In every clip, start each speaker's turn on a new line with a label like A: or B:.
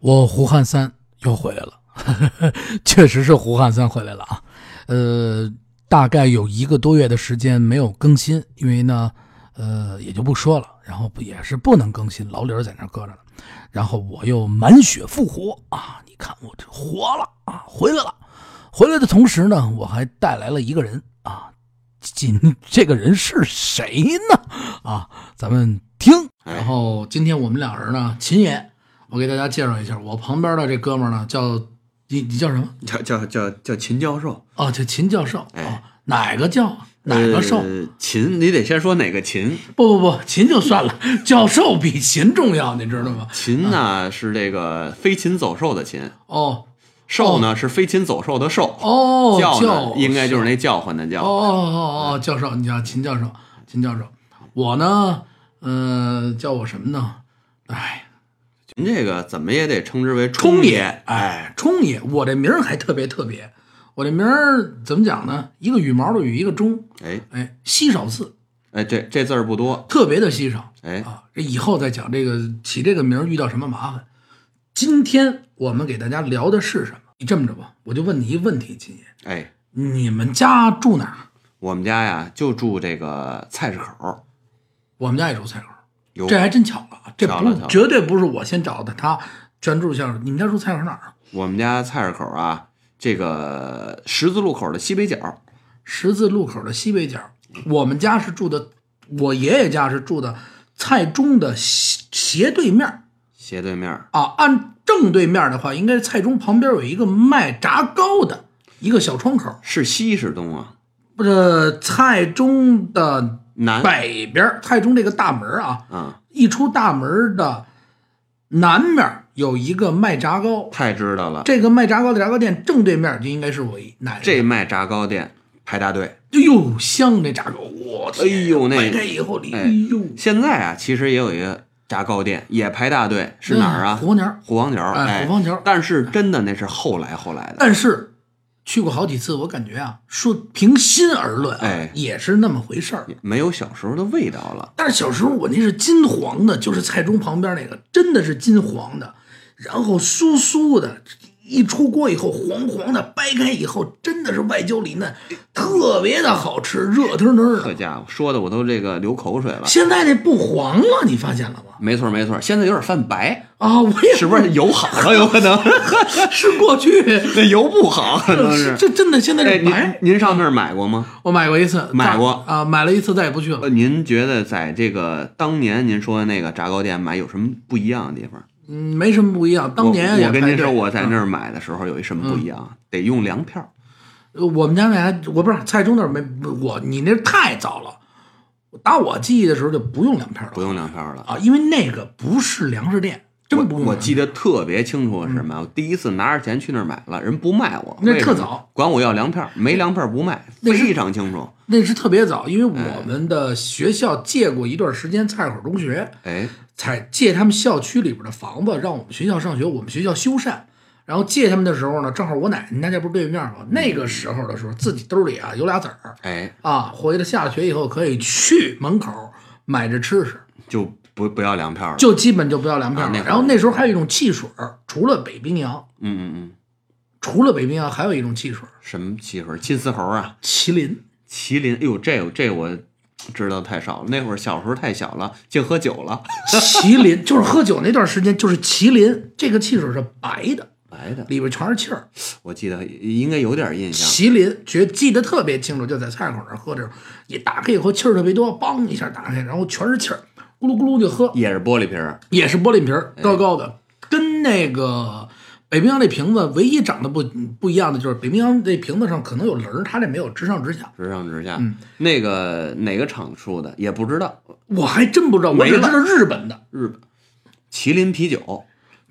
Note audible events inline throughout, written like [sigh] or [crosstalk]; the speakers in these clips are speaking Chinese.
A: 我胡汉三又回来了， [laughs] 确实是胡汉三回来了啊。呃，大概有一个多月的时间没有更新，因为呢，呃，也就不说了。然后不也是不能更新，老李儿在那儿搁着呢。然后我又满血复活啊！你看我这活了啊，回来了。回来的同时呢，我还带来了一个人啊，仅这个人是谁呢？啊，咱们听。
B: 哎
A: 然后今天我们俩人呢，秦爷，我给大家介绍一下，我旁边的这哥们儿呢叫你，你叫什么？
B: 叫叫叫叫秦教授，
A: 哦，叫秦教授。哦，哪个教？哪个授？
B: 哎呃秦，你得先说哪个秦。
A: 不不不，秦就算
B: [laughs]
A: 了，教授比秦重要，你知道吗？
B: 秦
A: 啊
B: 呢是这个飞禽走兽的禽，
A: 哦
B: 兽呢是飞禽走兽的兽，
A: 哦，
B: 叫呢
A: 教
B: 应该就是那叫唤的
A: 哦
B: 叫。
A: 哦哦哦，教授，你叫秦教授，秦教授。我呢，呃，叫我什么呢？哎，
B: 您这个怎么也得称之为
A: 冲爷
B: 爷，，
A: 哎，冲爷，我这名儿还特别特别，我这名儿怎么讲呢？一个羽毛的羽，一个钟，
B: 哎
A: 哎，稀少字，
B: 哎，这这字儿不多，
A: 特别的稀少
B: 哎
A: 啊。这以后再讲这个起这个名儿遇到什么麻烦。今天我们给大家聊的是什么？你这么着吧，我就问你一个问题，金爷，
B: 哎，
A: 你们家住哪儿？
B: 我们家呀就住这个菜市口，
A: 我们家也住菜口，
B: 有
A: 这还真巧了啊，这
B: 巧了
A: 不
B: 巧了
A: 绝对不是我先找的他。专注一下，你们家住菜口哪儿啊？
B: 我们家菜市口啊，这个十字路口的西北角，
A: 十字路口的西北角。我们家是住的，我爷爷家是住的菜中的斜斜对面儿
B: 斜对面儿
A: 啊。按正对面的话，应该是菜中旁边有一个卖炸糕的一个小窗口，
B: 是西是东啊？
A: 不是菜中的
B: 南
A: 北边儿，菜中这个大门儿啊，
B: 啊，
A: 一出大门的南面儿有一个卖炸糕。
B: 太知道了。
A: 这个卖炸糕的炸糕店正对面就应该是我奶奶
B: 这卖炸糕店排大队。
A: 哎呦香那炸糕，我天！
B: 哎呦那
A: 掰开以后里，
B: 哎
A: 哎呦，
B: 现在啊，其实也有一个炸糕店，也排大队，是哪儿啊？
A: 嗯火鸟儿。
B: 虎王桥，
A: 哎
B: 哎，
A: 虎王桥
B: 但是真的那是后来后来的，
A: 但是去过好几次，我感觉啊，说凭心而论啊，
B: 哎
A: 也是那么回事儿。
B: 没有小时候的味道了。
A: 但是小时候我那是金黄的，就是菜中旁边那个，真的是金黄的，然后酥酥的，一出锅以后黄黄的，掰开以后真的是外焦里嫩，特别的好吃，热腾腾
B: 这
A: 的。
B: 家伙说的我都这个流口水了。
A: 现在这不黄了，你发现了吗？
B: 没错没错，现在有点泛白，
A: 啊，我也
B: 是不是油好
A: [laughs]
B: 了？有可能
A: 是过去，
B: 那油不好，可能
A: 这
B: 是。
A: 这真的现在
B: 哎，
A: 是
B: 您
A: 白。
B: 您上那儿买过吗？
A: 我买过一次，
B: 买过
A: 啊，买了一次，再也不去了
B: 呃，。您觉得在这个当年您说的那个炸糕店买有什么不一样的地方？
A: 嗯，没什么不一样。当
B: 呃我
A: 年
B: 我跟您说，
A: 我
B: 我在那儿买的时候有一什么不一样？啊
A: 嗯
B: 得用粮票。
A: 呃我们家那还我不是蔡中那儿没我你那太早了。打我记忆的时候就不用粮票了
B: 不用粮票了。
A: 啊，因为那个不是粮食店，真不用粮票。嗯
B: 我记得特别清楚是什么？我第一次拿着钱去那儿买了，人不卖我，
A: 那
B: 为什么
A: 特早，
B: 管我要粮票，没粮票不卖，
A: 那是
B: 非常清楚。
A: 那是特别早，因为我们的学校借过一段时间菜口中学，
B: 哎，
A: 才借他们校区里边的房子让我们学校上学，我们学校修缮。然后借他们的时候呢，正好我奶奶家不是对面吗？那个时候的时候，自己兜里啊有俩子儿
B: 哎，
A: 啊，回来下了学以后可以去门口买着吃吃，
B: 就不不要粮票了。
A: 就基本就不要粮票
B: 啊那会
A: 了。
B: 儿
A: 然后那时候还有一种汽水儿，除了北冰洋，
B: 嗯嗯嗯，
A: 除了北冰洋还有一种汽水儿，
B: 什么汽水？金丝猴啊，
A: 麒麟。
B: 麒麟。哎呦，这有这我知道太少了。那会儿小时候太小了，净喝酒了。 [laughs]
A: 麒麟 [laughs] 就是喝酒那段时间，就是麒麟这个汽水是白的，
B: 白的，
A: 里边全是气儿。
B: 我记得应该有点印象。
A: 麒麟，觉记得特别清楚，就在菜口那儿喝着，一打开以后气儿特别多，梆一下打开，然后全是气儿，咕噜咕噜就喝，
B: 也是玻璃瓶儿，
A: 也是玻璃瓶儿，高高的，跟那个北冰洋这瓶子唯一长得不不一样的就是北冰洋这瓶子上可能有棱儿，它这没有，直上直下。
B: 直上直下。
A: 嗯
B: 那个哪个厂出的也不知道，
A: 我还真不知道，我只知
B: 没
A: 道日本的
B: 日本麒麟啤酒。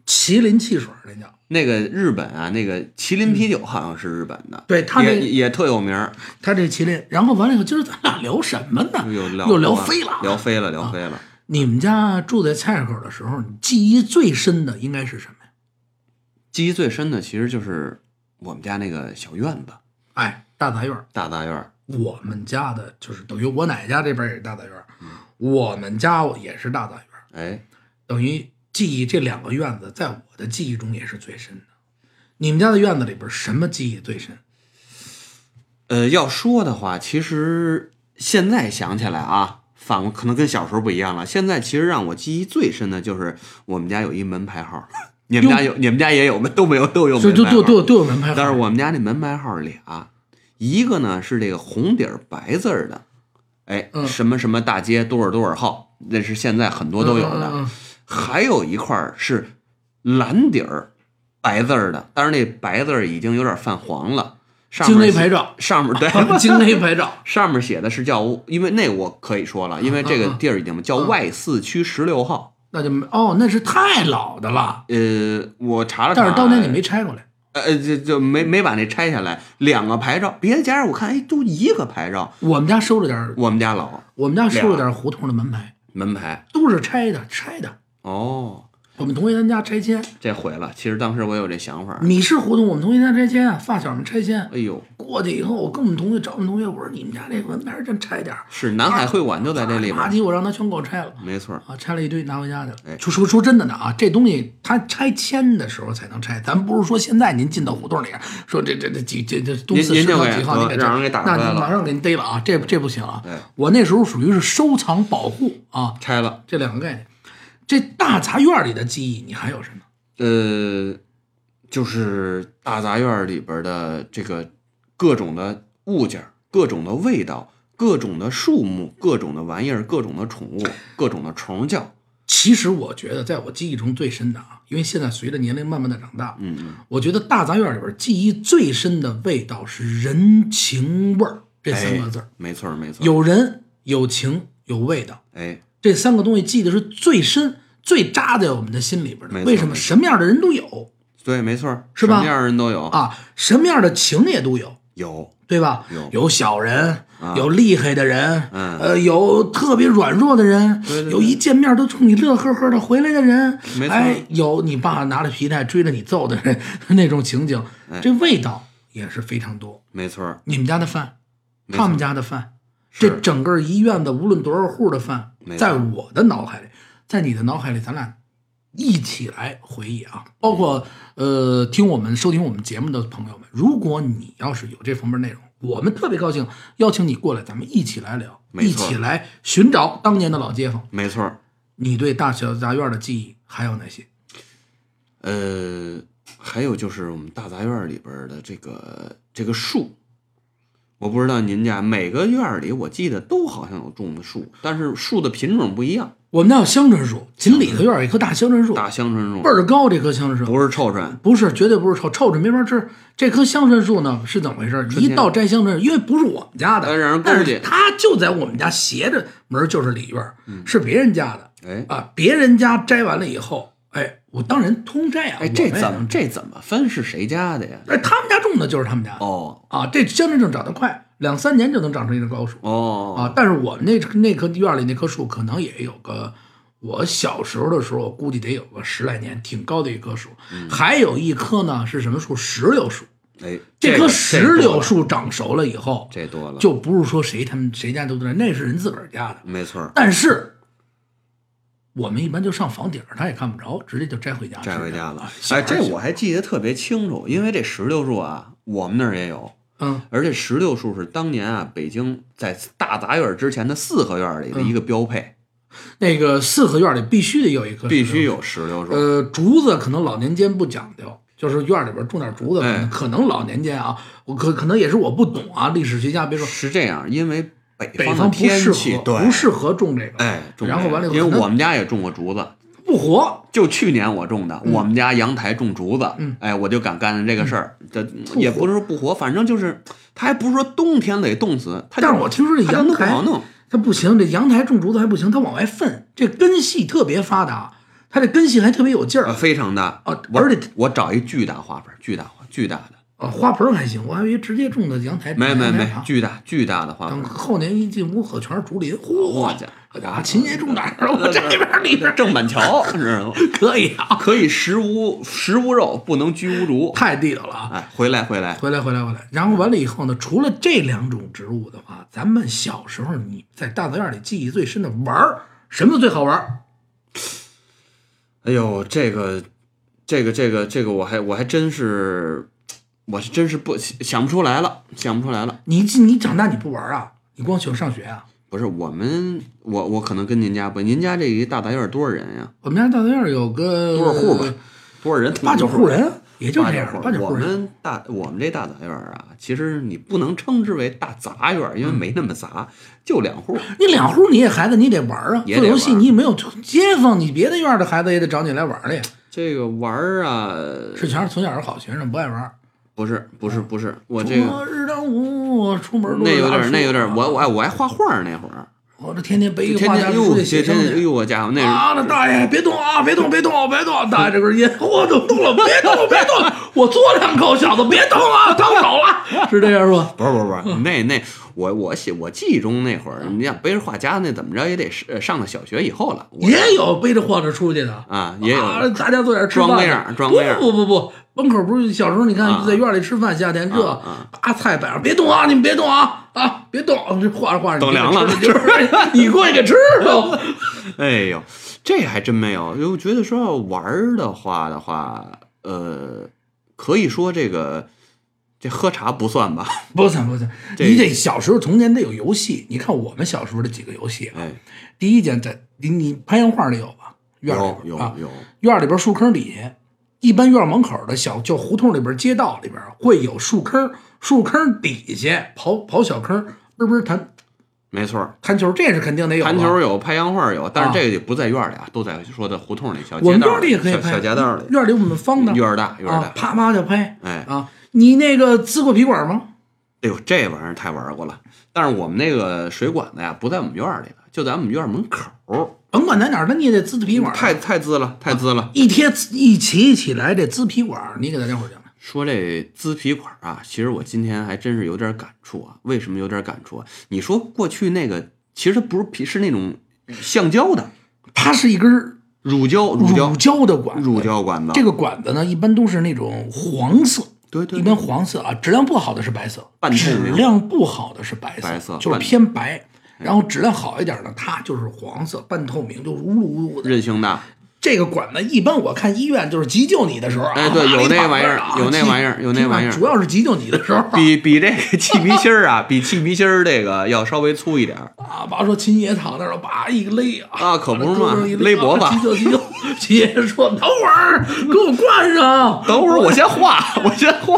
A: 麒麟汽水儿那叫，
B: 那个日本啊，那个麒麟啤酒好像是日本的，
A: 对它那
B: 也也特有名儿，
A: 它这麒麟。然后完了以后，今儿咱俩聊什么呢？
B: 又聊
A: 又聊飞了。啊
B: 聊飞了，聊飞了。
A: 你们家住在菜口的时候，你记忆最深的应该是什么呀？
B: 记忆最深的其实就是我们家那个小院子，
A: 哎，大杂院儿。
B: 大杂院儿。
A: 我们家的就是等于我
B: 嗯
A: 奶奶家这边也是大杂院儿，我们家也是大杂院儿，
B: 哎，
A: 等于记忆这两个院子，在我的记忆中也是最深的。你们家的院子里边什么记忆最深？
B: 呃，要说的话，其实现在想起来啊，反过可能跟小时候不一样了。现在其实让我记忆最深的就是我们家有一门牌号，你们家有，你们家也有吗？都没有，都有
A: 就
B: 门
A: 就
B: 牌
A: 就
B: 号。
A: 就就有门牌号，
B: [laughs] 但是我们家那门牌号俩，一个呢是这个红底儿白字儿的，哎，
A: 嗯
B: 什么什么大街多少多少号，那是现在很多都有的。
A: 嗯嗯嗯嗯
B: 还有一块儿是蓝底儿白字儿的，但是那白字儿已经有点泛黄了。上
A: 京
B: 面
A: 内
B: 写
A: 牌照，啊 [laughs]
B: 上面对，
A: 京 A 牌照，
B: [laughs] 上面写的是叫，因为那我可以说了，因为
A: 嗯
B: 这个地儿已经叫外四区十六号。
A: 那就没哦，那是太老的了。
B: 呃，我查了查，
A: 但是当年你没拆过来，
B: 呃，就就没没把那拆下来，两个牌照，别的家我看哎都一个牌照，
A: 我们家收着点儿，
B: 我们家老
A: 我们家收着点儿胡同的门牌，
B: 门牌
A: 都是拆的，拆的。
B: 哦，
A: 我们同学他家拆迁，
B: 这毁了。其实当时我有这想法，
A: 你是胡同，我们同学他家拆迁啊，发小们拆迁。
B: 哎呦，
A: 过去以后，我跟我们同学找我们同学，我说你们家这门牌真拆点儿，
B: 是南海会馆就在这里
A: 垃
B: [laughs] 边，
A: 圾我让他全给我拆了。
B: 没错，
A: 啊，拆了一堆拿回家去
B: 哎
A: 了。就说说真的呢啊，这东西它拆迁的时候才能拆，咱不是说现在您进到胡同里啊说这这这几这这东四
B: 您
A: 十
B: 就
A: 号
B: 给
A: 几号您给拆
B: 让人给打
A: 那
B: 出来
A: 你
B: 了
A: 马上给您逮了啊，这这不行啊
B: 对。
A: 我那时候属于是收藏保护啊，
B: 哎拆了。
A: 这两个概念。这大杂院里的记忆你还有什么？
B: 呃，就是大杂院里边的这个各种的物件儿、各种的味道、各种的树木、各种的玩意儿、各种的宠物、各种的虫叫。
A: 其实我觉得在我记忆中最深的啊，因为现在随着年龄慢慢的长大，
B: 嗯嗯，
A: 我觉得大杂院里边记忆最深的味道是人情味儿这三个字儿。
B: 哎没错儿没错儿。
A: 有人、有情、有味道，
B: 哎，
A: 这三个东西记得是最深、最扎在我们的心里边
B: 没
A: 的。
B: 错
A: 为什么
B: 没错
A: 什么样的人都有
B: 对，没错儿，
A: 是吧
B: 什么样的人都有，
A: 啊？什么样的情也都有，
B: 有
A: 对吧？
B: 有
A: 小人，
B: 啊
A: 有厉害的人，
B: 嗯
A: 呃，有特别软弱的人，
B: 对对对
A: 有一见面都冲你乐呵呵的回来的人
B: 没，错
A: 哎，有你爸拿着皮带追着你揍的人 [laughs] 那种情景，
B: 哎
A: 这味道也是非常多。
B: 没错儿，
A: 你们家的饭，
B: 错
A: 他们家的饭，
B: 是
A: 这整个一院子无论多少户的饭
B: 没，错
A: 在我的脑海里，在你的脑海里，咱俩一起来回忆啊！包括呃，听我们收听我们节目的朋友们，如果你要是有这方面内容，我们特别高兴邀请你过来，咱们一起来聊，
B: 没
A: 一
B: 错
A: 起来寻找当年的老街坊。
B: 没错儿。
A: 你对大小杂院的记忆还有哪些？
B: 呃，还有就是我们大杂院里边儿的这个这个树，我不知道您家每个院儿里，我记得都好像有种的树，但是树的品种不一样。
A: 我们那有香椿树，锦里头院有一棵大香椿树，
B: 嗯大香椿树
A: 倍儿高，这棵香椿树。
B: 不是臭椿，
A: 不是，绝对不是臭，臭着没法吃。这棵香椿树呢是怎么回事？一到摘香椿树，因为不是我们家的，
B: 但是让人勾
A: 但
B: 起
A: 是它就在我们家斜着门儿就是里院儿，
B: 嗯
A: 是别人家的
B: 哎
A: 啊。别人家摘完了以后，哎，我当然通摘啊。
B: 哎，这
A: 我们也
B: 怎
A: 能
B: 么这怎么分是谁家的呀？
A: 哎，他们家种的就是他们家的、
B: 哦
A: 啊。这香椿树长得快，两三年就能长成一棵高树
B: 哦
A: 啊。但是我们那那棵院儿里那棵树，可能也有个我小时候的时候，我估计得有个十来年，挺高的一棵树。
B: 嗯
A: 还有一棵呢是什么树？石榴树。
B: 哎，
A: 这
B: 个
A: 棵石榴，树长熟了以后，
B: 这多了，
A: 就不是说谁他们谁家都在，那是人自个儿家的。
B: 没错儿，
A: 但是我们一般就上房顶儿，他也看不着，直接就摘回家吃。
B: 摘回家了
A: 啊。
B: 哎，这我还记得特别清楚，因为这石榴树啊，我们那儿也有。
A: 嗯
B: 而这石榴树是当年啊，北京在大杂院之前的四合院里的
A: 嗯
B: 一个标配，
A: 那个四合院里必须得有一棵，
B: 必须。有石榴树。
A: 嗯呃，竹子可能老年间不讲究。就是院里边种点竹子，可
B: 哎
A: 能可能老年间啊，我可可能也是我不懂啊，历史学家别说
B: 是这样，因为北
A: 北
B: 的
A: 方不
B: 天
A: 适
B: 气
A: 合，
B: 对
A: 不适合种这个，
B: 哎，种
A: 然后
B: 这个
A: 完了以后
B: 因
A: 可
B: 为
A: 能
B: 我们家也种过竹子，
A: 不活，
B: 就去年我种的，我们家阳台种竹子，
A: 嗯
B: 哎，我就敢干这个事儿，这
A: 活
B: 也不是说不活，反正就是它还不是说冬天得冻死，它就
A: 但是我听说这
B: 它就
A: 阳
B: 弄不
A: 台
B: 好弄，
A: 它不行，这阳台种竹子还不行，它往外粪，这根系特别发达，它这根系还特别有劲
B: 呃
A: 儿
B: 非常大
A: 啊
B: 我
A: 而且
B: 我找一巨大花盆，巨大花，巨大的，
A: 啊。花盆儿还行，我还以为直接种的阳台。
B: 没没
A: 阳
B: 没
A: 台旁，
B: 巨大巨大的花
A: 等
B: 盆，
A: 后年一进屋可全是竹林，嚯
B: 家伙
A: 啊，秦爷种哪儿了？
B: [laughs]
A: 我这边里边
B: 郑板桥，知道吗？
A: 可以啊，
B: 可以食无食无肉，不能居无竹。
A: 太地道了啊！
B: 哎，回来回来，
A: 回来，回来，回来。然后完了以后呢，除了这两种植物的话，咱们小时候你在大杂院里记忆最深的玩儿，什么最好玩儿？
B: 哎呦，这个，这个，这个，这个，我还我还真是，我是真是不想不出来了，想不出来了。
A: 你你长大你不玩啊？你光喜欢上学啊？
B: 不是我们，我我可能跟您家不，您家这一大杂院儿多少人呀？
A: 我们家大杂院有个
B: 多少户吧？多少人？
A: 八九户人，啊也就
B: 八
A: 这
B: 九
A: 样，
B: 户
A: 八九
B: 我
A: 户人。
B: 们大我们这大杂院儿啊，其实你不能称之为大杂院儿，因为
A: 嗯
B: 没那么杂，就两户。
A: 你两户你也孩子，你得玩啊，
B: 也
A: 做
B: 得
A: 游戏
B: 玩
A: 你没有街坊，你别的院儿的孩子也得找你来玩儿来呀。
B: 这个玩儿啊，
A: 是全是从小是好学生，不爱玩儿。
B: 不是不是不是，我这个
A: 我日当午，我出门
B: 那有点儿
A: 儿
B: 那有点儿，我我还我还画画儿那会儿，
A: 我这天天背一
B: 天
A: 啊个画家
B: 天
A: 出
B: 哟，
A: 去
B: 这
A: 写
B: 天
A: 生
B: 天哎
A: 去。
B: 哟，我家伙那是
A: 妈的，啊大爷，别动啊！别动，别动啊，别动啊！大爷这根烟，我都动了，别动了，别动了！我嘬两口，小子，别动 [laughs] 啊！烫手了，是这样说。
B: 不是不是不是，那那我我写我记忆中那会儿，你想背着画家那怎么着也得是呃上到小学以后了，
A: [laughs]
B: 我
A: 也有背着晃着出去的
B: 啊也有
A: 啊大家坐点儿吃饭的
B: 装个样儿装个样儿
A: 不不不不，门口不是小时候你
B: 啊
A: 看在院里吃饭，夏天热
B: 啊，
A: 把菜摆上，别动啊，你们别动啊啊，别动！这画着画着
B: 等凉了 [laughs]
A: 你就吃了 [laughs] 你过去给吃了。
B: 哎呦，这还真没有。我觉得说要玩儿的话的话，呃，可以说这个这喝茶不算吧？
A: 不算不算，
B: 这
A: 你得小时候童年得有游戏。你看我们小时候的几个游戏啊，
B: [laughs] [laughs] 哎，
A: 第一件在你你攀岩画里有吧？院里
B: 有
A: 边
B: 有
A: 啊，
B: 有，
A: 院里边树坑底下，一般院门口的小叫胡同里边、街道里边会有树坑，树坑底下刨刨小坑，嘣嘣弹
B: 没错儿。
A: 弹球，这是肯定得有啊吧。
B: 弹球有，拍洋画有，但
A: 啊
B: 是这个也不在院儿里啊，都在说的胡同里、小
A: 我
B: 街
A: 们
B: 道
A: 院里也可以
B: 小
A: 拍，
B: 小街道里，
A: 院里我们方的
B: 嗯院儿大院儿
A: 啊
B: 大，。
A: 啪啪就拍。
B: 哎
A: 啊，你那个呲过皮管吗？
B: 哎呦，这玩意儿太玩过了。但是我们那个水管子呀，不在我们院儿里了，就在我们院儿门口儿。
A: 甭管在哪儿，那你也得呲呲皮管。
B: 嗯太太滋了，太滋了。
A: 一贴一起起来，这呲皮管，你给大家伙儿讲讲。
B: 说这滋皮管儿啊，其实我今天还真是有点感触啊。为什么有点感触啊？你说过去那个，其实它不是皮，是那种橡胶的
A: 它是一根儿
B: 乳胶，乳胶
A: 乳，胶的管子，
B: 乳胶管子。
A: 这个管子呢，一般都是那种黄色，
B: 啊对对
A: 一般黄色啊，质量不好的是白色，
B: 半透明
A: 质量不好的是白色，
B: 白色嗯
A: 就是偏白。然后质量好一点的，它就是黄色，半透明，就是呜噜呜噜的。
B: 韧性大，
A: 这个管子一般我看医院就是急救你的时候啊，
B: 哎对有那玩意儿
A: 啊
B: 有那玩意儿有那玩意
A: 基本上
B: 儿
A: 主要是急救你的时候啊。
B: 比比这个气皮芯儿啊，比气皮芯儿这个要稍微粗一点儿。
A: 啊，爸说秦爷躺那儿了，叭一勒啊，
B: 啊可不是嘛
A: 把这胳膊一
B: 勒脖子
A: 啊急救急救。 [laughs] 秦爷说：“等会儿，给我灌上。”
B: 等会儿我先画，我先画。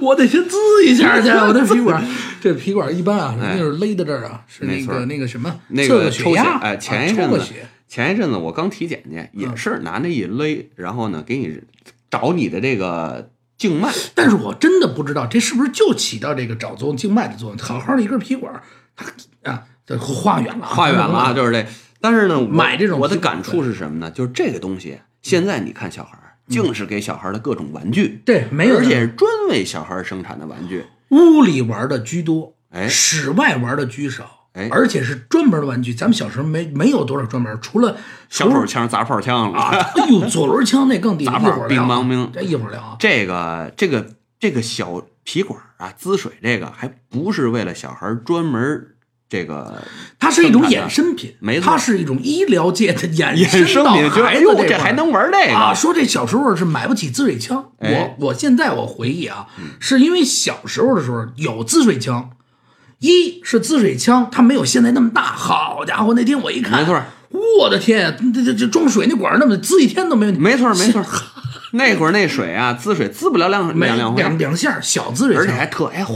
A: 我得先滋一下去， [laughs] 我这皮管，这皮管一般啊，
B: 哎
A: 那是勒到这儿啊，是
B: 没
A: 那
B: 错
A: 个那个什么，
B: 那
A: 测
B: 个
A: 血
B: 抽血，
A: 压，
B: 哎，
A: 啊
B: 前一
A: 抽
B: 阵
A: 个
B: 子
A: 血，嗯
B: 前一阵子我刚体检去，也是拿那一勒，然后呢给你找你的这个静脉，
A: 但是我真的不知道这是不是就起到这个找踪静脉的作用。好好的一根皮管，它啊，这画远了啊，
B: 画远了 [laughs] 啊，就是这。但是呢，我
A: 买这种
B: 我的
A: 皮管
B: 感触是什么呢？就是这个东西，现在你看小孩儿，竟是给小孩儿的各种玩具，
A: 对，没有
B: 而
A: 的
B: 且是专为小孩儿生产的玩具。
A: 屋里玩的居多，
B: 哎
A: 室外玩的居少，
B: 哎
A: 而且是专门的玩具。咱们小时候没没有多少专门，除了
B: 小手枪、砸炮枪
A: 啊，
B: 了，
A: 哎呦，左轮枪那更地道，
B: 砸
A: 一
B: 炮
A: 会儿聊啊
B: 乒乓乓
A: 这一会儿聊啊。
B: 这个这个这个小皮管儿啊，滋水这个还不是为了小孩儿专门儿这个
A: 它是一种
B: 生产的
A: 衍生品，
B: 没错
A: 它是一种医疗界的衍
B: [laughs] 衍生
A: 到
B: 品，觉得
A: 孩
B: 哎
A: 子
B: 呦，
A: 这
B: 这
A: 块儿
B: 还能玩这个
A: 啊？说这小时候是买不起滋水枪，
B: 哎嗯
A: 我我现在我回忆啊，是因为小时候的时候有滋水枪，一是滋水枪它没有现在那么大，好家伙，那天我一看，
B: 没错儿，
A: 我的天，这这这装水那管儿那么滋一天都没问题，
B: 没错儿没错 [laughs] 儿，那会儿那水啊，滋水滋不了两
A: 没
B: 两两回，
A: 两两下儿小滋水
B: 而且
A: 枪，
B: 还特爱坏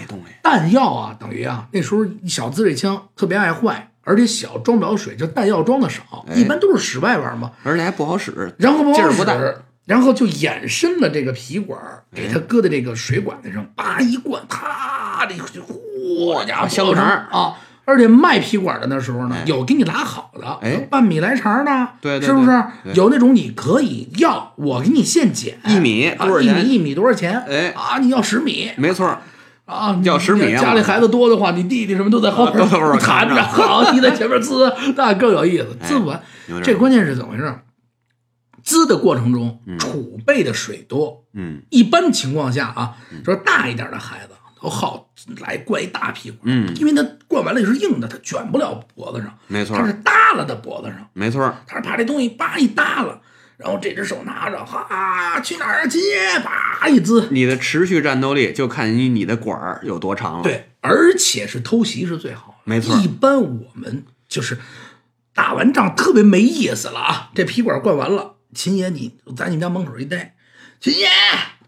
B: 那东西。
A: 弹药啊，等于啊，那时候小滋水枪特别爱坏，而且小装不了水，就弹药装的少，
B: 哎
A: 一般都是室外玩嘛。
B: 而且还不好使，
A: 然后不
B: 劲
A: 好
B: 儿不大，
A: 使，然后就衍生了这个皮管儿，给它搁在这个水管子上，
B: 嗯
A: 叭一灌，啪的就嚯家伙
B: 香肠儿
A: 啊！而且卖皮管的那时候呢，有给你拉好的，
B: 哎
A: 有半米来长的，
B: 对对
A: 是不是？
B: 对
A: 有那种你可以要，我给你现剪，
B: 一米
A: 啊
B: 多少
A: 一
B: 钱
A: 米一米多少钱？
B: 哎
A: 啊，你要十米
B: 没错儿，
A: 啊，
B: 要
A: 你
B: 10米
A: 你
B: 啊
A: 家里孩子多的话，你弟弟什么都在后边
B: 都在后边
A: 扛
B: 扛着哎
A: 着，好，你在前面
B: [laughs]
A: 滋，那更有意思，滋不完
B: 有嗯点。
A: 这关键是怎么回事？滋的过程中，储备的水多，
B: 嗯
A: 一般情况下啊，就是大一点的孩子都好来灌一大屁股，
B: 嗯，
A: 因为他灌完了也是硬的，他卷不了脖子上，
B: 没错
A: 他是
B: 儿，
A: 耷拉在脖子上，
B: 没错儿，
A: 他是把这东西叭一耷拉，然后这只手拿着，哈，去哪儿啊？今夜啪一滋，
B: 你的持续战斗力就看你你的管儿有多长了。，
A: 对，而且是偷袭是最好的，
B: 啊没错
A: 一般我们就是打完仗特别没意思了啊，这皮管灌完了，秦爷你在你们家门口一待，秦爷，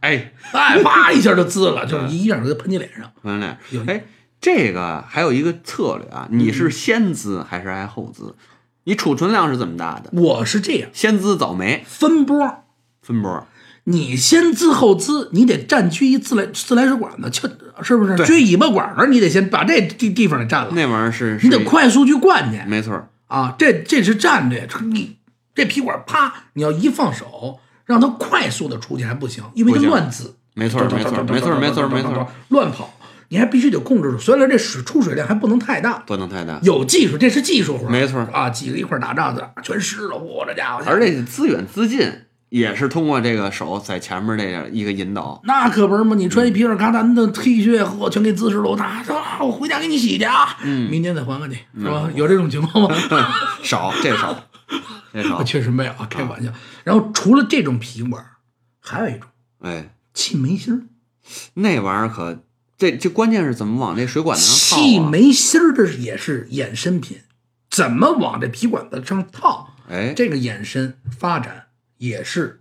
B: 哎，
A: 哎，啪一下就滋
B: [laughs] 嗯
A: 了，就是一下给他喷你脸上。
B: 文亮，哎，这个还有一个策略啊，你
A: 嗯
B: 是先滋还是挨后滋？你储存量是怎么搭的？
A: 我是这样
B: 先滋早没
A: 分波，
B: 分波，
A: 你先滋后滋，你得占据一自来自来水管子，就是不是？
B: 对
A: 撅尾巴管儿，你得先把这地地方给占了，
B: 那玩意儿是
A: 你
B: 是
A: 得快速去灌去。
B: 没错儿，
A: 啊，这这是战略。这
B: 嗯
A: 你这皮管啪，你要一放手，让它快速的出去还不行，因为
B: 不
A: 它
B: 行
A: 乱滋，
B: 没错儿，没错儿，没错儿，没错儿，没错儿，，
A: 乱跑，你还必须得控制住。虽然这水出水量还不能太大，
B: 不能太大，
A: 有技术，这是技术活儿，
B: 没错儿
A: 啊，几个一块儿打仗的全湿了，我这家伙，
B: 而且资源资进也是通过这个手在前面这样一个引导， [laughs]
A: 那可不是嘛！你穿一
B: 嗯
A: 皮尔卡丹的 T 恤，我全给滋湿了。我拿说啊，我回家给你洗去啊，
B: 嗯
A: 明天再还给你，是吧？有这种情况
B: [laughs]
A: 吗？
B: 少这少这少
A: 啊，，确实没有，啊，开玩笑。然后除了这种皮管，还有一种
B: 哎，
A: 气眉芯儿。
B: 那玩意儿可这这关键是怎么往这水管子上
A: 气
B: 套啊？
A: 眉芯儿这也是衍生品，怎么往这皮管子上套？
B: 哎，
A: 这个衍生发展也是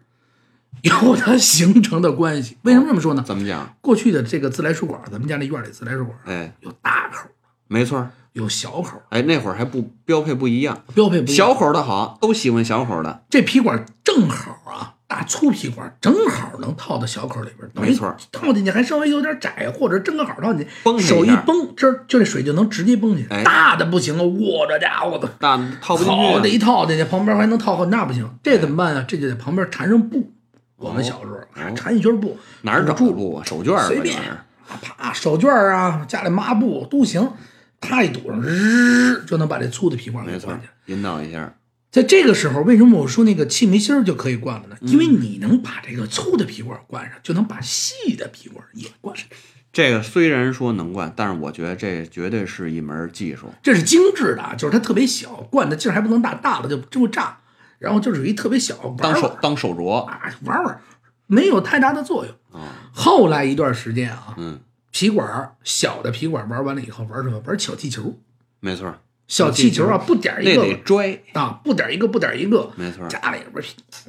A: 有它形成的关系。为什么这么说呢？
B: 怎么讲？
A: 过去的这个自来水管，咱们家那院里自来水管
B: 哎，
A: 有大口，
B: 没错儿，
A: 有小口，
B: 哎，那会儿还不标配不一样，
A: 标配不一样
B: 小口的好，都喜欢小口的，
A: 这皮管正好啊，大粗皮管正好能套到小口里边，等于
B: 没错
A: 套进去还稍微有点窄，或者正好套进去，
B: 崩开一下
A: 手一绷，这儿就这水就能直接崩进去。
B: 哎
A: 大的不行了，我这家伙的，
B: 但套不进
A: 好的
B: 去啊。
A: 一套进去，旁边还能套好，那不行，这怎么办啊？这就得旁边缠上布。我们小时候、啊
B: 哦
A: 缠一圈布，
B: 哪儿找
A: 住
B: 的布啊？手绢儿吧
A: 随
B: 这
A: 便啊
B: 玩意儿，
A: 啪手绢儿啊，家里抹布都行，它一堵上，日就能把这粗的皮管给
B: 没错
A: 灌
B: 儿
A: 进去。，
B: 引导一下，
A: 在这个时候，为什么我说那个气眉芯儿就可以灌了呢？因为
B: 嗯
A: 你能把这个粗的皮管灌上，就能把细的皮管也灌上，
B: 这个虽然说能灌，但是我觉得这绝对是一门技术。
A: 这是精致的啊，就是它特别小，灌的劲儿还不能大，大了就就会炸。然后就属于特别小，玩
B: 当手
A: 玩
B: 当手镯啊、
A: 啊玩玩，没有太大的作用。后来一段时间啊，
B: 嗯，
A: 皮管儿小的皮管儿玩完了以后，玩什么？玩小气球，
B: 没错儿，
A: 小气球啊，不点儿一
B: 那得
A: 个
B: 拽，
A: 啊，不点儿一个，不点儿一个，
B: 没错儿，
A: 家里边儿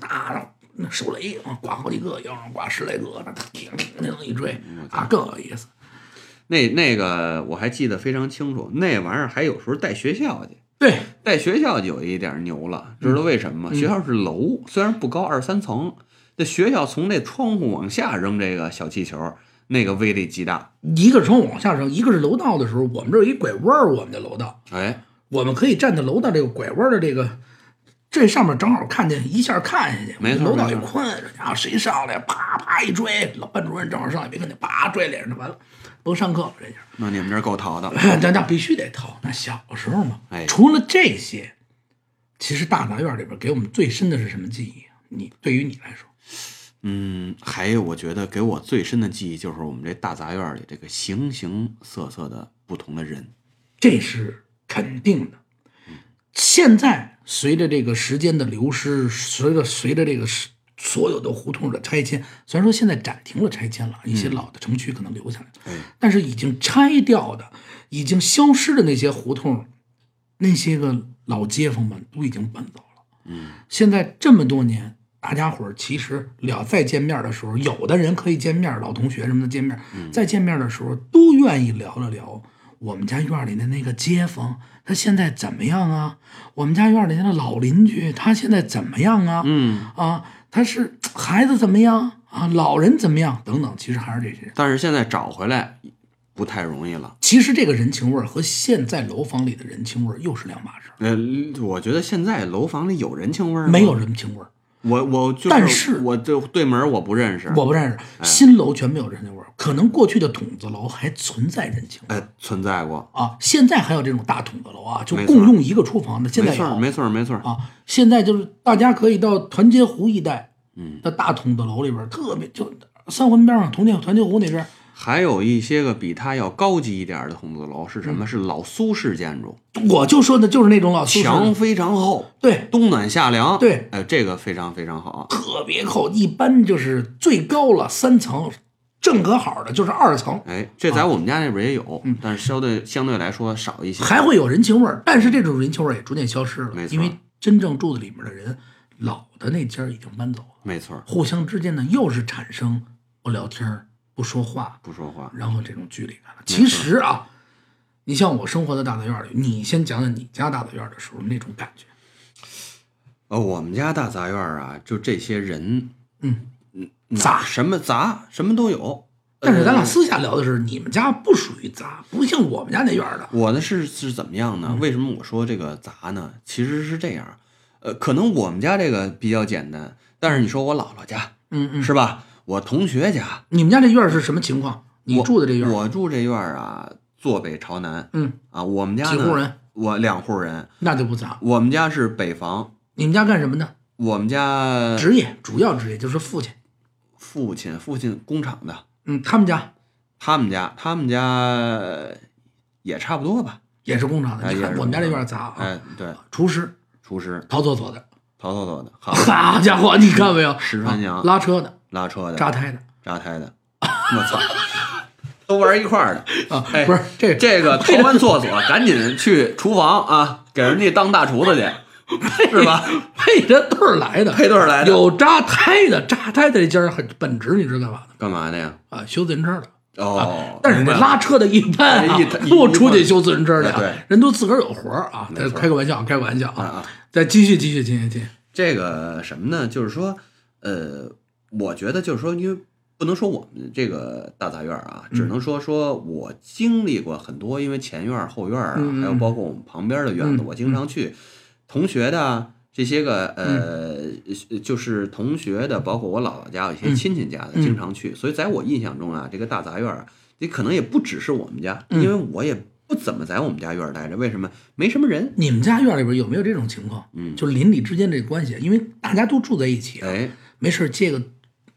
A: 啊，那手雷啊，刮好几个，要是刮十来个，那叮叮叮一追
B: 嗯
A: 啊，更有意思。
B: 那那个我还记得非常清楚，那玩意儿还有时候带学校去，
A: 对，
B: 带学校就有一点牛了，知道为什么吗？学校是楼，虽然不高，二三层，那学校从那窗户往下扔这个小气球，那个威力极大。
A: 一个是从往下扔，一个是楼道的时候，我们这儿有一拐弯儿，我们的楼道，
B: 哎，
A: 我们可以站在楼道这个拐弯儿的这个。这上面正好看见，一下看下去，
B: 没错
A: 楼道一
B: 没错
A: 宽，这家伙谁上来，啪啪一追，老班主任正好上来，别看见，啪拽脸上，完了，甭上课了，这下。
B: 那你们这儿够淘的，
A: 那那必须得掏。那小时候嘛，
B: 哎
A: 除了这些，其实大杂院里边给我们最深的是什么记忆啊？你对于你来说，
B: 嗯，还有我觉得给我最深的记忆就是我们这大杂院里这个形形色色的不同的人，
A: 这是肯定的。现在随着这个时间的流失，随着随着这个时所有的胡同的拆迁，虽然说现在暂停了拆迁了，一些老的城区可能留下来，但是已经拆掉的、已经消失的那些胡同，那些个老街坊们都已经搬走了。
B: 嗯
A: 现在这么多年，大家伙儿其实俩再见面的时候，有的人可以见面，老同学什么的见面，再见面的时候都愿意聊了聊我们家院里的那个街坊，他现在怎么样啊？我们家院里的老邻居，他现在怎么样啊？
B: 嗯，
A: 啊，他是孩子怎么样啊？老人怎么样？等等，其实还是这些。
B: 但是现在找回来不太容易了。
A: 其实这个人情味儿和现在楼房里的人情味儿又是两码事儿，
B: 呃，我觉得现在楼房里有人情味儿吗
A: 没有人情味儿。
B: 我我就是，
A: 但是
B: 我就对门儿我不认识，
A: 我不认识，
B: 嗯
A: 新楼全没有人情味儿。可能过去的筒子楼还存在人情味儿
B: 哎存在过，
A: 啊，现在还有这种大筒子楼啊，就
B: 没错
A: 共用一个厨房的，现在
B: 没
A: 有
B: 错儿没错儿没错儿，
A: 啊。现在就是大家可以到团结湖一带，嗯，的大筒子楼里边儿，特别就三环边上，同济团结湖那边儿
B: 还有一些个比它要高级一点的筒子楼是什么？是老苏式建筑，
A: 我就说的就是那种老嗯苏式
B: 墙非常厚，
A: 对，
B: 冬暖夏凉。
A: 对，
B: 哎，这个非常非常好。啊
A: 特别厚，一般就是最高了三层，正格好的就是二层，
B: 哎，这
A: 啊
B: 在我们家那边也有，但是相对相对来说少一
A: 嗯
B: 些。
A: 还会有人情味儿，但是这种人情味儿也逐渐消失了
B: 没，错
A: 因为真正住的里面的人，老的那家儿已经搬走了，
B: 没错儿，
A: 互相之间呢又是产生不聊天儿、不说话，
B: 不说话。
A: 然后这种距离感了。其实啊，你像我生活的大杂院儿里，你先讲讲你家大杂院儿的时候那种感觉。
B: 呃，我们家大杂院儿啊，就这些人，
A: 嗯
B: 哪
A: 杂
B: 什么杂什么都有。
A: 但是咱俩
B: 呃
A: 私下聊的是，你们家不属于杂，不像我们家那院儿的。
B: 我呢是是怎么样
A: 嗯
B: 呢？为什么我说这个杂呢？其实是这样，呃，可能我们家这个比较简单，但是你说我姥姥家、
A: 嗯嗯，
B: 是吧？我同学家，
A: 你们家这院儿是什么情况？你
B: 我
A: 住的这院儿，
B: 我住这院儿啊，坐北朝南
A: 嗯，
B: 啊。我们家
A: 几
B: 呢
A: 户人？
B: 我两户人。
A: 那就不杂。
B: 我们家是北房，
A: 你们家干什么呢？
B: 我们家
A: 职业主要职业就是父亲。
B: 父亲父亲工厂的，
A: 嗯，他们家
B: 他们家他们家呃也差不多吧。
A: 也是工厂的。
B: 哎
A: 你
B: 也
A: 看
B: 是
A: 我们家这院儿杂啊，
B: 哎，对，
A: 厨师
B: 厨师
A: 陶厕所的，
B: 陶陶陶的，好
A: [laughs] 好家伙，你看没有？
B: 石川
A: 啊
B: 娘
A: 拉车的、
B: 拉车的
A: 扎胎的 [laughs]
B: 扎胎的，我操，都玩一块儿的。
A: 啊
B: 哎，
A: 不是这
B: 这个掏完厕所，赶紧去厨房啊，给人家当大厨子去，是吧？
A: 配着对儿来的，
B: 配对儿来的，
A: 有扎胎的，扎胎的这家儿很本职，你知道干嘛的？
B: 干嘛的呀？
A: 啊，修自行车的。
B: 哦，
A: 啊但是
B: 明白
A: 那
B: 了
A: 拉车的一般啊
B: 哎一，
A: 不出去修自行车去
B: 哎
A: 啊
B: 对，
A: 人都自个儿有活儿啊。
B: 没
A: 这
B: 错
A: 开个玩笑，开个玩笑
B: 啊
A: 啊。
B: 啊，
A: 再继续，继续，继续，继续。
B: 这个什么呢？就是说，呃，我觉得就是说，因为不能说我们这个大杂院儿
A: 嗯
B: 啊，只能说说我经历过很多，因为前院儿、后院儿啊，
A: 嗯嗯
B: 还有包括我们旁边的院子，
A: 嗯
B: 我经常去，同学的啊这些个呃，就是同学的，包括我姥姥家有一些亲戚家的，
A: 嗯
B: 经常去，所以在我印象中啊，这个大杂院儿啊，你可能也不只是我们家，
A: 嗯
B: 因为我也不怎么在我们家院儿待着，为什么？没什么人，
A: 你们家院里边有没有这种情况？
B: 嗯
A: 就邻里之间这关系，因为大家都住在一起，
B: 哎。
A: 没事儿借个，比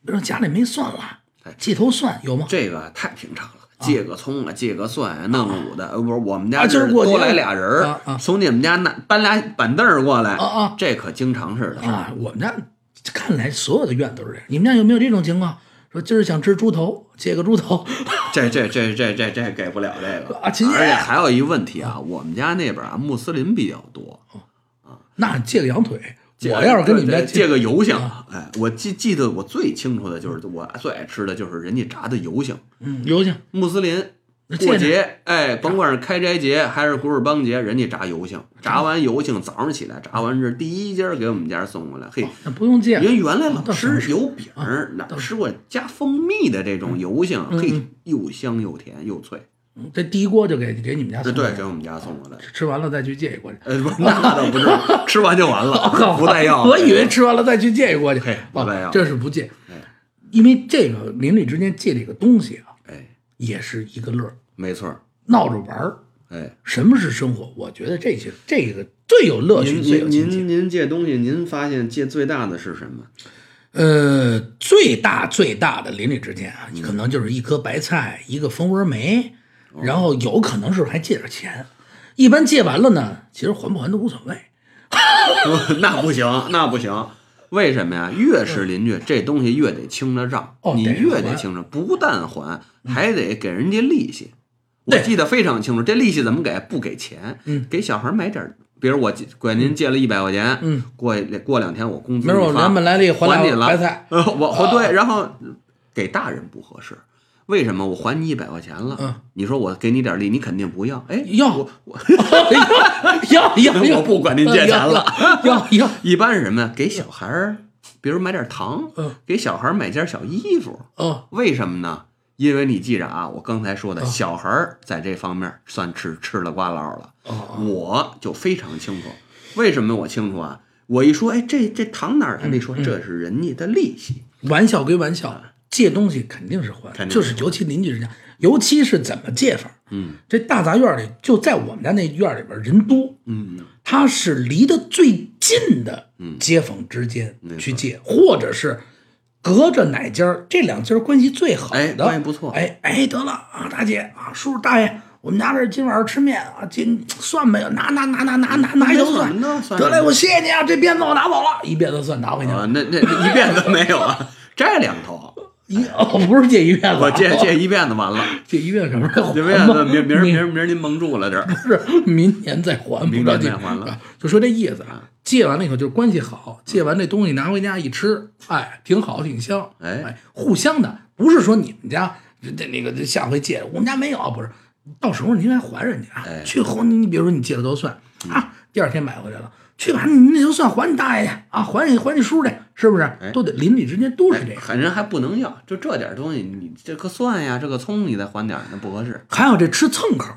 A: 如说家里没蒜了
B: 哎，
A: 借头蒜有吗？
B: 这个太平常了。借个葱啊，借个蒜啊，弄个五的，呃不是我们
A: 啊
B: 家
A: 今儿
B: 是
A: 过节
B: 多来俩人
A: 啊啊
B: 儿，从你们家那搬俩板凳儿过来
A: 啊啊，
B: 这可经常是的事儿。
A: 啊，我们家看来所有的院都是这样。你们家有没有这种情况？说今儿想吃猪头，借个猪头， [laughs]
B: 这这这这这这给不了这个
A: 啊亲戚
B: 而且还有一问题啊，我们家那边啊穆斯林比较多，
A: 那借个羊腿。
B: 借
A: 我要是跟你们家啊
B: 对对借个油性，哎，我记记得我最清楚的就是我最爱吃的就是人家炸的油性，
A: 嗯，油性，
B: 穆斯林
A: 那
B: 过
A: 借着
B: 节，哎，甭管是开斋节还是古尔邦节，人家炸油性，炸完油性早上起来炸完这第一家给我们家送过来，嘿，
A: 那不用借
B: 因为原来老
A: 哦倒是嗯
B: 吃油饼儿，老吃过加蜂蜜的这种油性，嘿，又香又甜又脆，
A: 这第一锅就给给你们家
B: 这
A: 送
B: 对
A: 过
B: 给
A: 来
B: 我们家送过来。
A: 吃完了再去借一锅去。
B: 呃，不是，那倒
A: [laughs]
B: 不是，吃完就完了，哎不带要。
A: 哦我以为吃完了再去借一锅去
B: 嘿，
A: 哦
B: 不带药
A: 这是不借
B: 哎，
A: 因为这个邻里之间借这个东西啊，
B: 哎，
A: 也是一个乐儿，
B: 没错儿，
A: 闹着玩儿。
B: 哎，
A: 什么是生活？我觉得这些这个最有乐趣，
B: 您
A: 最有
B: 您
A: 亲切。
B: 您您借东西，您发现借最大的是什么？
A: 呃，最大最大的邻里之间
B: 嗯
A: 啊，可能就是一颗白菜，一个蜂窝煤，
B: 哦
A: 然后有可能是还借点钱。一般借完了呢，其实还不还都无所谓。
B: [laughs] 那不行，那不行。为什么呀？越是邻居，这东西越得清着
A: 嗯
B: 账
A: 哦，
B: 你
A: 得
B: 越得
A: 还嗯
B: 清着，不但还，还得给人家利息。我
A: 对
B: 记得非常清楚，这利息怎么给？不给钱，
A: 嗯
B: 给小孩买点儿，比如我借管您借了一百块钱，
A: 嗯，
B: 过过两天我工资
A: 明儿我
B: 一发
A: 原本来例还
B: 还你
A: 俩
B: 了，
A: 白菜， [laughs] 啊
B: 呃，我还对，然后给大人不合适。为什么我还你一百块钱了？
A: 嗯，
B: 你说我给你点儿利，你肯定不要。哎，
A: 要
B: 我我
A: 要要要，
B: [laughs] 我不管您借钱了
A: 要要
B: 一般是什么呀？给小孩儿，比如买点糖，
A: 嗯
B: 给小孩儿买件小衣服，
A: 哦，
B: 为什么呢？因为你记着啊，我刚才说的，
A: 嗯
B: 小孩儿在这方面算吃吃了瓜落了，
A: 哦
B: 我就非常清楚。为什么我清楚啊？我一说，哎，这这糖哪儿来的？一
A: 嗯
B: 说这是人家的利息，
A: 玩笑归玩笑，借东西肯定是还，
B: 肯定
A: 就是尤其邻居之间，尤其是怎么借法。
B: 嗯，
A: 这大杂院里就在我们家那院里边人多，
B: 嗯，
A: 他是离得最近的街坊之间
B: 没错
A: 去借，或者是隔着哪家儿这两家儿关系最好的，
B: 哎关系不错
A: 哎哎得了啊，大姐啊，叔叔大爷，我们家这儿今晚上吃面啊，今蒜没有，拿拿拿拿拿拿拿一头
B: 那
A: 蒜
B: 怎么呢，蒜
A: 得
B: 什
A: 嘞，
B: 么
A: 我谢谢你啊，这鞭子我拿走了，一鞭子蒜拿回去
B: 啊，
A: 了，
B: 那那那一辫子没有啊，摘两头，
A: 一哦不是借一鞭子，
B: 我借借一辫子完了，
A: [laughs] 借一鞭子什么时候还吧？
B: 一辫子明明儿明
A: 明
B: 儿明儿您蒙住了这儿，
A: 是明年再还，
B: 明
A: 不着
B: 年
A: 急
B: 再还了
A: 啊就说这意思啊，借完了以后就是关系好，借完这东西拿回家一吃，哎，挺好，挺香，
B: 哎
A: 哎，互相的，不是说你们家这这那个这下回借，我们家没有，不是，到时候你应该还人家啊
B: 哎。嗯
A: 去后你你比如说你借了头蒜啊，第二天买回来了。去把你那头蒜还你大爷去啊，还你还你叔去，是不
B: 哎
A: 是？都得邻里之间都是这样。
B: 狠人还不能要，就这点东西，你这个蒜呀，这个葱你再还点儿，那不合适。
A: 还有这吃蹭口，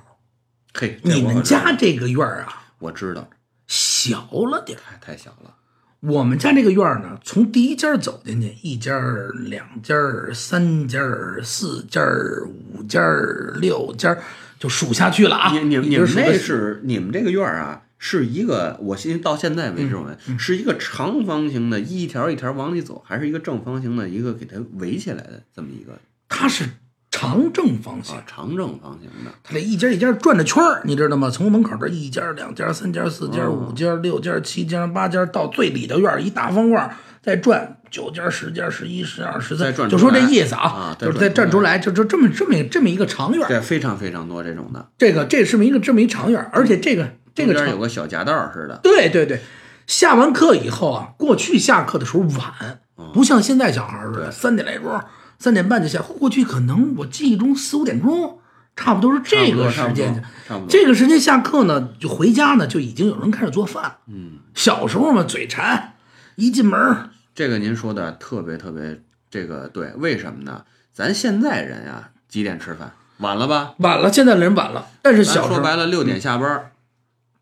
B: 嘿，这
A: 你
B: 我
A: 们家这个院儿啊
B: 我知道，哎
A: 小了点儿
B: 太太小了，
A: 我们家这个院儿呢，从第一家儿走进去，一家儿、两家儿、三家儿、四家儿、五家儿、六家儿，就数下去了啊！
B: 你你
A: 一
B: 你
A: 直
B: 们
A: 数
B: 那
A: 个
B: 是你们这个院儿啊，是一个我现到现在为
A: 嗯
B: 止我们、是一个长方形的，一条一条往里走，还是一个正方形的一个给它围起来的这么一个
A: 它是长正方形
B: 啊，长正方形的。
A: 它这一家一家转着圈儿，你知道吗？从门口这一家、两家、三家、四家、
B: 嗯
A: 五家、六家、七家、八家，到最里头院儿一大方块儿再转九家、十家、十一、十二、十
B: 再
A: 三
B: 转，出
A: 就说这
B: 来
A: 意思啊，
B: 啊再
A: 就是
B: 转
A: 再
B: 出
A: 转出
B: 来
A: 来，就就这么这么这么一个长院儿，
B: 对，非常非常多这种的，
A: 这个这是一个这么一长院儿，而且这个这个
B: 中
A: 长
B: 间有个小夹道儿似的，
A: 对对对，下完课以后啊，过去下课的时候晚，
B: 哦
A: 不像现在小孩儿似的，三点来钟、三点半就下。过去可能我记忆中四五点钟，差不多是这个时
B: 差不多
A: 间
B: 差不多差不多
A: 这个时间下课呢，就回家呢，就已经有人开始做饭了。
B: 嗯，
A: 小时候嘛，嘴馋，一进门儿
B: 这个您说的特别特别，这个对，为什么呢？咱现在人啊，几点吃饭？晚了吧？
A: 晚了，现在人晚了，但是
B: 咱
A: 小时
B: 说白
A: 候
B: 了，六点下班儿，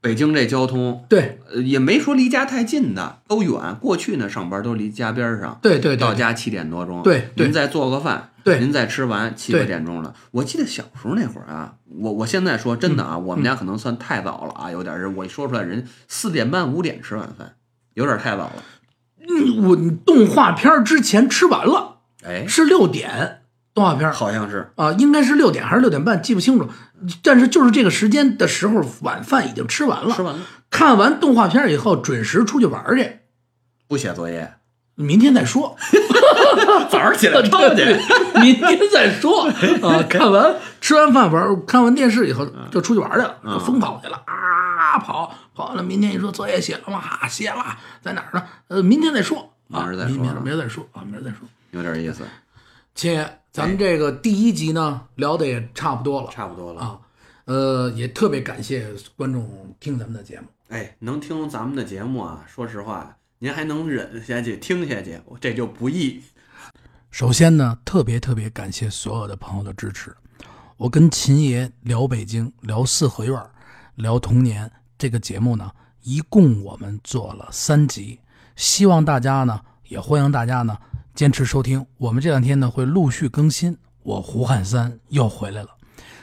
B: 北京这交通，
A: 对
B: 呃也没说离家太近的，都远。过去呢，上班都离家边儿上，
A: 对对
B: 到
A: 对
B: 家七点多钟，
A: 对对
B: 您再做个饭，
A: 对
B: 您再吃完七
A: 对
B: 八点钟了。我记得小时候那会儿啊，我我现在说真的
A: 嗯
B: 啊，我们家可能算太早了啊，有点儿我一说出来，人四点半五点吃晚饭，有点儿太早了。
A: 嗯我动画片儿之前吃完了
B: 哎，
A: 是六点动画片儿。
B: 好像是，
A: 啊，应该是六点还是六点半，记不清楚。但是就是这个时间的时候，晚饭已经吃完了，
B: 吃完了
A: 看完动画片以后，准时出去玩儿去，
B: 不写作业，
A: 明天再说。
B: [laughs] 早上起来抄去。
A: 明天再说 [laughs] 啊！看完吃完饭玩儿，看完电视以后就出去玩儿去了，就疯跑去了啊！跑跑完了，明天一说作业写了吗？啊写了，在哪儿呢？呃，明天再说啊，
B: 明儿再
A: 明
B: 说
A: 明儿
B: 啊
A: 明儿再说啊，明儿再说。
B: 有点意思，
A: 亲爷，咱们这个第一集呢聊的也差不多了，
B: 差不多了。
A: 啊，呃，也特别感谢观众听咱们的节目。
B: 哎，能听咱们的节目啊，说实话，您还能忍下去听下去，这就不易。
C: 首先呢，特别特别感谢所有的朋友的支持。我跟秦爷聊北京，聊四合院儿，聊童年这个节目呢，一共我们做了三集，希望大家呢，也欢迎大家呢坚持收听。我们这两天呢会陆续更新。我胡汉三又回来了。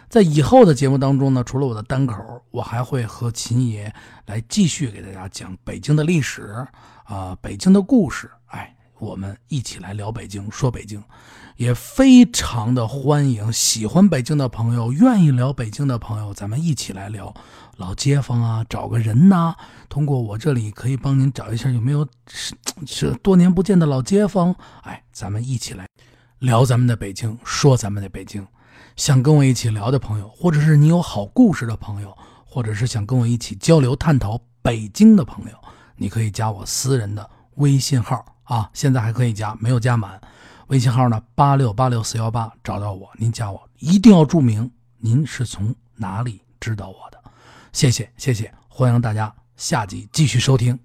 C: 在以后的节目当中呢，除了我的单口，我还会和秦爷来继续给大家讲北京的历史啊、北京的故事。哎，我们一起来聊北京，说北京，也非常的欢迎喜欢北京的朋友，愿意聊北京的朋友，咱们一起来聊老街坊啊，找个人呐、通过我这里可以帮您找一下有没有是是多年不见的老街坊。哎，咱们一起来聊咱们的北京，说咱们的北京。想跟我一起聊的朋友，或者是你有好故事的朋友，或者是想跟我一起交流探讨北京的朋友，你可以加我私人的微信号啊，现在还可以加，没有加满。微信号呢八六八六四幺八，找到我，您加我，一定要注明您是从哪里知道我的。谢谢谢谢，欢迎大家下集继续收听，